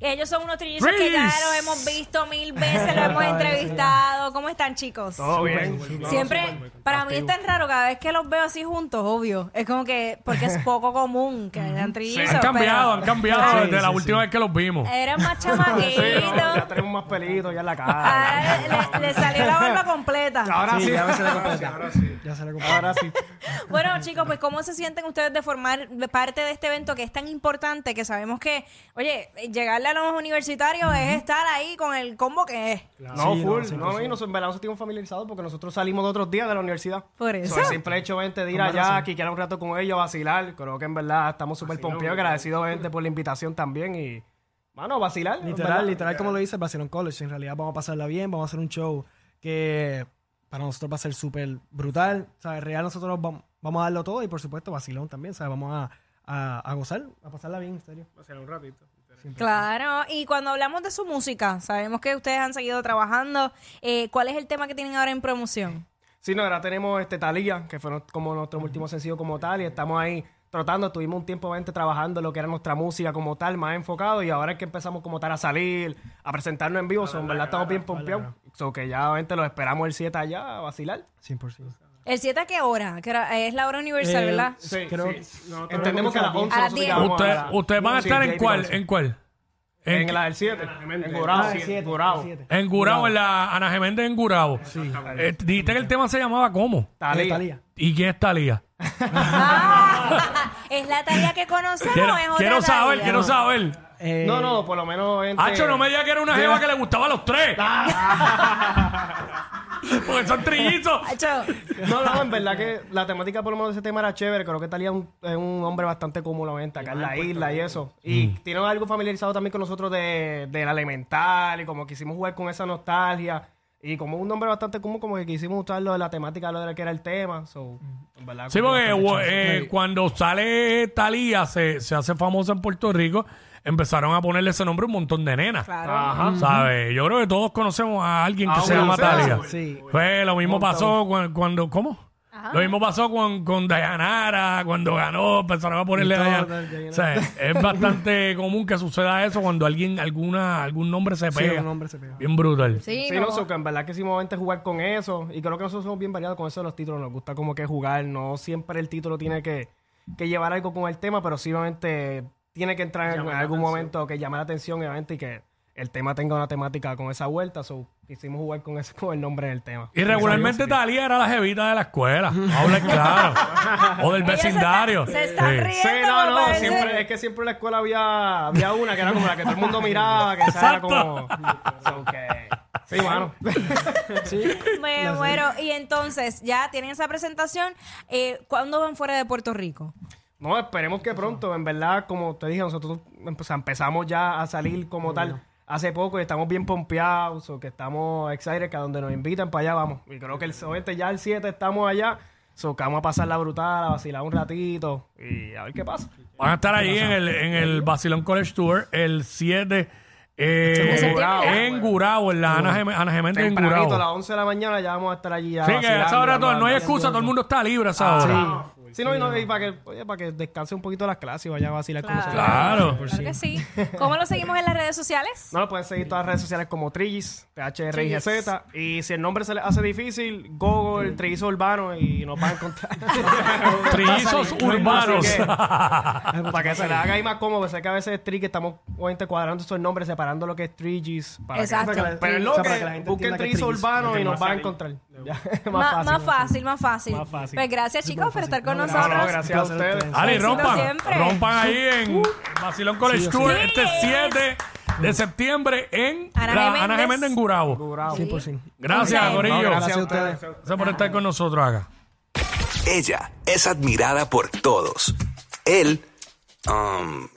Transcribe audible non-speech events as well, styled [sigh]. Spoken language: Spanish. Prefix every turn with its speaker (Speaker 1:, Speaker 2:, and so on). Speaker 1: Ellos son unos trillizos que ya
Speaker 2: Trillis.
Speaker 1: los hemos visto mil veces, los hemos entrevistado. ¿Cómo están, chicos?
Speaker 3: Oh,
Speaker 2: Todo bien.
Speaker 1: Siempre, para mí es tan raro, cada vez que los veo así juntos, obvio. Es como que, porque es poco común que hayan trillizos.
Speaker 2: Han cambiado, han
Speaker 1: pero
Speaker 2: cambiado
Speaker 3: Sí,
Speaker 2: desde
Speaker 3: sí, Eh,
Speaker 2: la
Speaker 3: sí.
Speaker 2: última vez que los vimos.
Speaker 1: Eran más
Speaker 3: Sí, no, Ah, eh. ya
Speaker 1: chamaquitos.
Speaker 3: tenemos más pelitos ya en la cara.
Speaker 1: Ahora le, le- le salió la barba completa.
Speaker 3: Ahora sí.
Speaker 4: ya se la completa.
Speaker 3: Ahora sí.
Speaker 4: Ya se la compré.
Speaker 3: Ahora sí.
Speaker 1: Bueno, chicos, pues ¿cómo se sienten ustedes de formar de parte de este evento que es tan importante que sabemos que, oye, llegarle a los universitarios es estar ahí con el combo que es?
Speaker 3: No,
Speaker 4: Sí, no,
Speaker 3: full.
Speaker 4: sí,
Speaker 3: No, y nos en verdad nos sentimos familiarizados porque nosotros salimos de otros días de la universidad.
Speaker 1: Por eso.
Speaker 3: So, el simple hecho, gente, de ir allá, quiquear un rato con ellos, vacilar. Creo que en verdad estamos súper pompeados. Agradecidos, gente, por la invitación también. Y, mano, vacilar. en
Speaker 4: Literal,
Speaker 3: verdad.
Speaker 4: literal, como lo dice el Barcelona College. En realidad vamos a pasarla bien, vamos a hacer un show que para nosotros va a ser súper brutal. O sea, en realidad nosotros vam- vamos a darlo todo y por supuesto vacilón también. O sea, vamos a, a, a gozar, a pasarla bien, en serio.
Speaker 1: Claro, y cuando hablamos de su música, sabemos que ustedes han seguido trabajando. Eh, ¿Cuál es el tema que tienen ahora en promoción?
Speaker 3: Sí, no, ahora tenemos este Talía, que fue no- como nuestro último sencillo como tal, y estamos ahí tratando, estuvimos un tiempo obviamente, trabajando lo que era nuestra música como tal, más enfocado, y ahora es que empezamos como tal a salir, a presentarnos en vivo, so, en verdad estamos bien pompeados, so que ya obviamente los esperamos el 7 allá a vacilar.
Speaker 4: 100%.
Speaker 1: ¿El 7 a qué hora? Que era- es la hora universal,
Speaker 4: Eh,
Speaker 1: ¿verdad?
Speaker 3: Sí,
Speaker 4: Creo-
Speaker 3: sí. Entendemos que a las 11
Speaker 1: A las
Speaker 3: nosotros
Speaker 1: 10.
Speaker 3: ya vamos a
Speaker 2: Ustedes
Speaker 3: la-
Speaker 2: ustedes van a
Speaker 3: Sí,
Speaker 2: estar en
Speaker 3: Jake
Speaker 2: cuál,
Speaker 3: Johnson.
Speaker 2: en cuál.
Speaker 3: En,
Speaker 2: En,
Speaker 3: la del 7, en
Speaker 4: Ah,
Speaker 3: Gurao,
Speaker 4: el siete,
Speaker 3: en Gurao.
Speaker 4: el siete.
Speaker 2: en Gurao, en la Ana Geméndez en Gurao. Eh, dijiste que el tema se llamaba ¿Cómo?
Speaker 4: Eh,
Speaker 3: Talía.
Speaker 4: Thalía.
Speaker 2: ¿Y quién es
Speaker 3: [laughs]
Speaker 2: Talía?
Speaker 1: Ah, ¿Es la tarea que conocemos
Speaker 2: Quiero,
Speaker 1: o es otra
Speaker 2: quiero saber,
Speaker 1: Thalía?
Speaker 2: quiero saber.
Speaker 4: Eh,
Speaker 3: No, no, por lo menos... gente-
Speaker 2: Hacho, no me diga que era una jeva que le gustaba a los
Speaker 3: [laughs]
Speaker 2: tres. [laughs] Porque son trillizos.
Speaker 1: Acho,
Speaker 3: [laughs] No, no, en verdad que la temática por lo menos de ese tema era chévere. Creo que Talía es un, es un hombre bastante cómodo acá en la isla y eso.
Speaker 2: Mm.
Speaker 3: Y tiene algo familiarizado también con nosotros de, del elemental y como quisimos jugar con esa nostalgia. Y como un hombre bastante común, como que quisimos usar lo de la temática, lo de la que era el tema. So, en verdad,
Speaker 2: Sí,
Speaker 3: como que
Speaker 2: porque
Speaker 3: bastante
Speaker 2: wo-
Speaker 3: chévere.
Speaker 2: eh, cuando sale Talía, se, se hace famosa en Puerto Rico, empezaron a ponerle ese nombre a un montón de nenas.
Speaker 1: claro.
Speaker 3: Ajá.
Speaker 2: ¿Sabes? Yo creo que todos conocemos a alguien que
Speaker 3: Ah,
Speaker 2: se
Speaker 3: una
Speaker 2: llama
Speaker 3: princesa.
Speaker 2: Talía.
Speaker 4: Sí.
Speaker 2: Fue lo mismo pasó cuan- cuando, ¿cómo? Lo mismo pasó con, con Dayanara, cuando ganó, empezaron a ponerle
Speaker 4: Y todo,
Speaker 2: Dayanara.
Speaker 4: tal, Dayanara.
Speaker 2: O sea, es
Speaker 4: [laughs]
Speaker 2: bastante común que suceda eso cuando alguien, alguna, algún nombre se
Speaker 4: Sí,
Speaker 2: pega.
Speaker 4: un hombre se pega.
Speaker 2: Bien brutal.
Speaker 1: Sí,
Speaker 3: Sí,
Speaker 1: no.
Speaker 3: no, so, que en verdad que sí, momento jugar con eso. Y creo que nosotros somos bien variados con eso de los títulos. Nos gusta como que jugar. No siempre el título tiene que, que llevar algo con el tema, pero sí, obviamente, tiene que entrar en algún momento que llame la atención, obviamente, y que el tema tenga una temática con esa vuelta. So, quisimos jugar con, ese, [laughs] con el nombre del tema.
Speaker 2: Y regularmente Talía era la jevita de la escuela. Habla
Speaker 1: [laughs]
Speaker 2: claro. o del
Speaker 1: Ellos se están-
Speaker 2: vecindario.
Speaker 1: se están
Speaker 2: Sí.
Speaker 1: riendo.
Speaker 3: Sí, no,
Speaker 1: me
Speaker 3: no,
Speaker 1: parece.
Speaker 3: siempre, es que siempre en la escuela había, había una que era como la que todo el mundo miraba, que esa era como... so, que- sí, mano.
Speaker 1: Me muero. Y entonces, ya tienen esa presentación. Eh, ¿Cuándo van fuera de Puerto Rico?
Speaker 3: No, esperemos que pronto. En verdad, como te dije, nosotros empe- o sea, empezamos ya a salir como tal hace poco y estamos bien pompeados, o que estamos excited, que a donde nos invitan para allá vamos. Y creo que el este, ya el 7 estamos allá, so, que vamos a pasar la brutal, a vacilar un ratito y a ver qué pasa.
Speaker 2: Van a estar allí en el, en el Basilón College Tour el 7 eh,
Speaker 1: Este De septiembre.
Speaker 2: en Gurao, en la Ana, Gem- Ana Geméndez en
Speaker 3: Tempranito, a las
Speaker 2: Gurao.
Speaker 3: 11 de la mañana ya vamos a estar allí. ya
Speaker 2: Sí, que a esa hora
Speaker 3: vacilando,
Speaker 2: todo- no hay
Speaker 3: andando.
Speaker 2: excusa, todo el mundo está libre a esa hora.
Speaker 3: Ah, Sí, no, y, no, y para, que, oye, para que descanse un poquito las clases y vaya a vacilar con nosotros.
Speaker 2: Claro.
Speaker 1: Claro que sí. ¿Cómo lo seguimos en las redes sociales?
Speaker 3: No lo pueden seguir en todas las redes sociales como Trillis, THRIGZ. Y si el nombre se les hace difícil, Google, Trillizo Urbano y nos van a
Speaker 4: [laughs]
Speaker 3: encontrar.
Speaker 2: Trillizos urbanos.
Speaker 3: [laughs] Así que, para que se les haga ahí más cómodo, sé que a veces es Tri que estamos obviamente cuadrando esos nombres, separando lo que es Trillis. Para
Speaker 1: Exacto.
Speaker 3: Que,
Speaker 1: Para que la-
Speaker 3: pero es
Speaker 4: o
Speaker 3: lo
Speaker 4: sea,
Speaker 3: que,
Speaker 4: para que la gente
Speaker 3: busquen
Speaker 4: entienda que es
Speaker 3: Trillizo
Speaker 4: Trillis.
Speaker 3: Urbano y nos van a encontrar. Ya, [laughs] más,
Speaker 1: Ma- más,
Speaker 3: fácil.
Speaker 1: fácil, más fácil,
Speaker 3: Más fácil.
Speaker 1: Pues gracias, chicos, por estar con
Speaker 4: No,
Speaker 3: No,
Speaker 1: nosotros.
Speaker 3: no, gracias a ustedes.
Speaker 2: Ale,
Speaker 1: Éxito
Speaker 2: rompan.
Speaker 1: siempre. Uh.
Speaker 2: Rompan ahí en Basilón College Tour este
Speaker 1: Yes.
Speaker 2: 7 de septiembre en
Speaker 1: Ana
Speaker 2: la-
Speaker 1: Geméndez.
Speaker 2: Ana Geméndez en Gurao.
Speaker 3: Bravo.
Speaker 4: 100%.
Speaker 2: Gracias,
Speaker 1: No,
Speaker 2: Corillo.
Speaker 4: Gracias a ustedes.
Speaker 2: Gracias por estar con nosotros acá.
Speaker 5: Ella es admirada por todos. Él... um,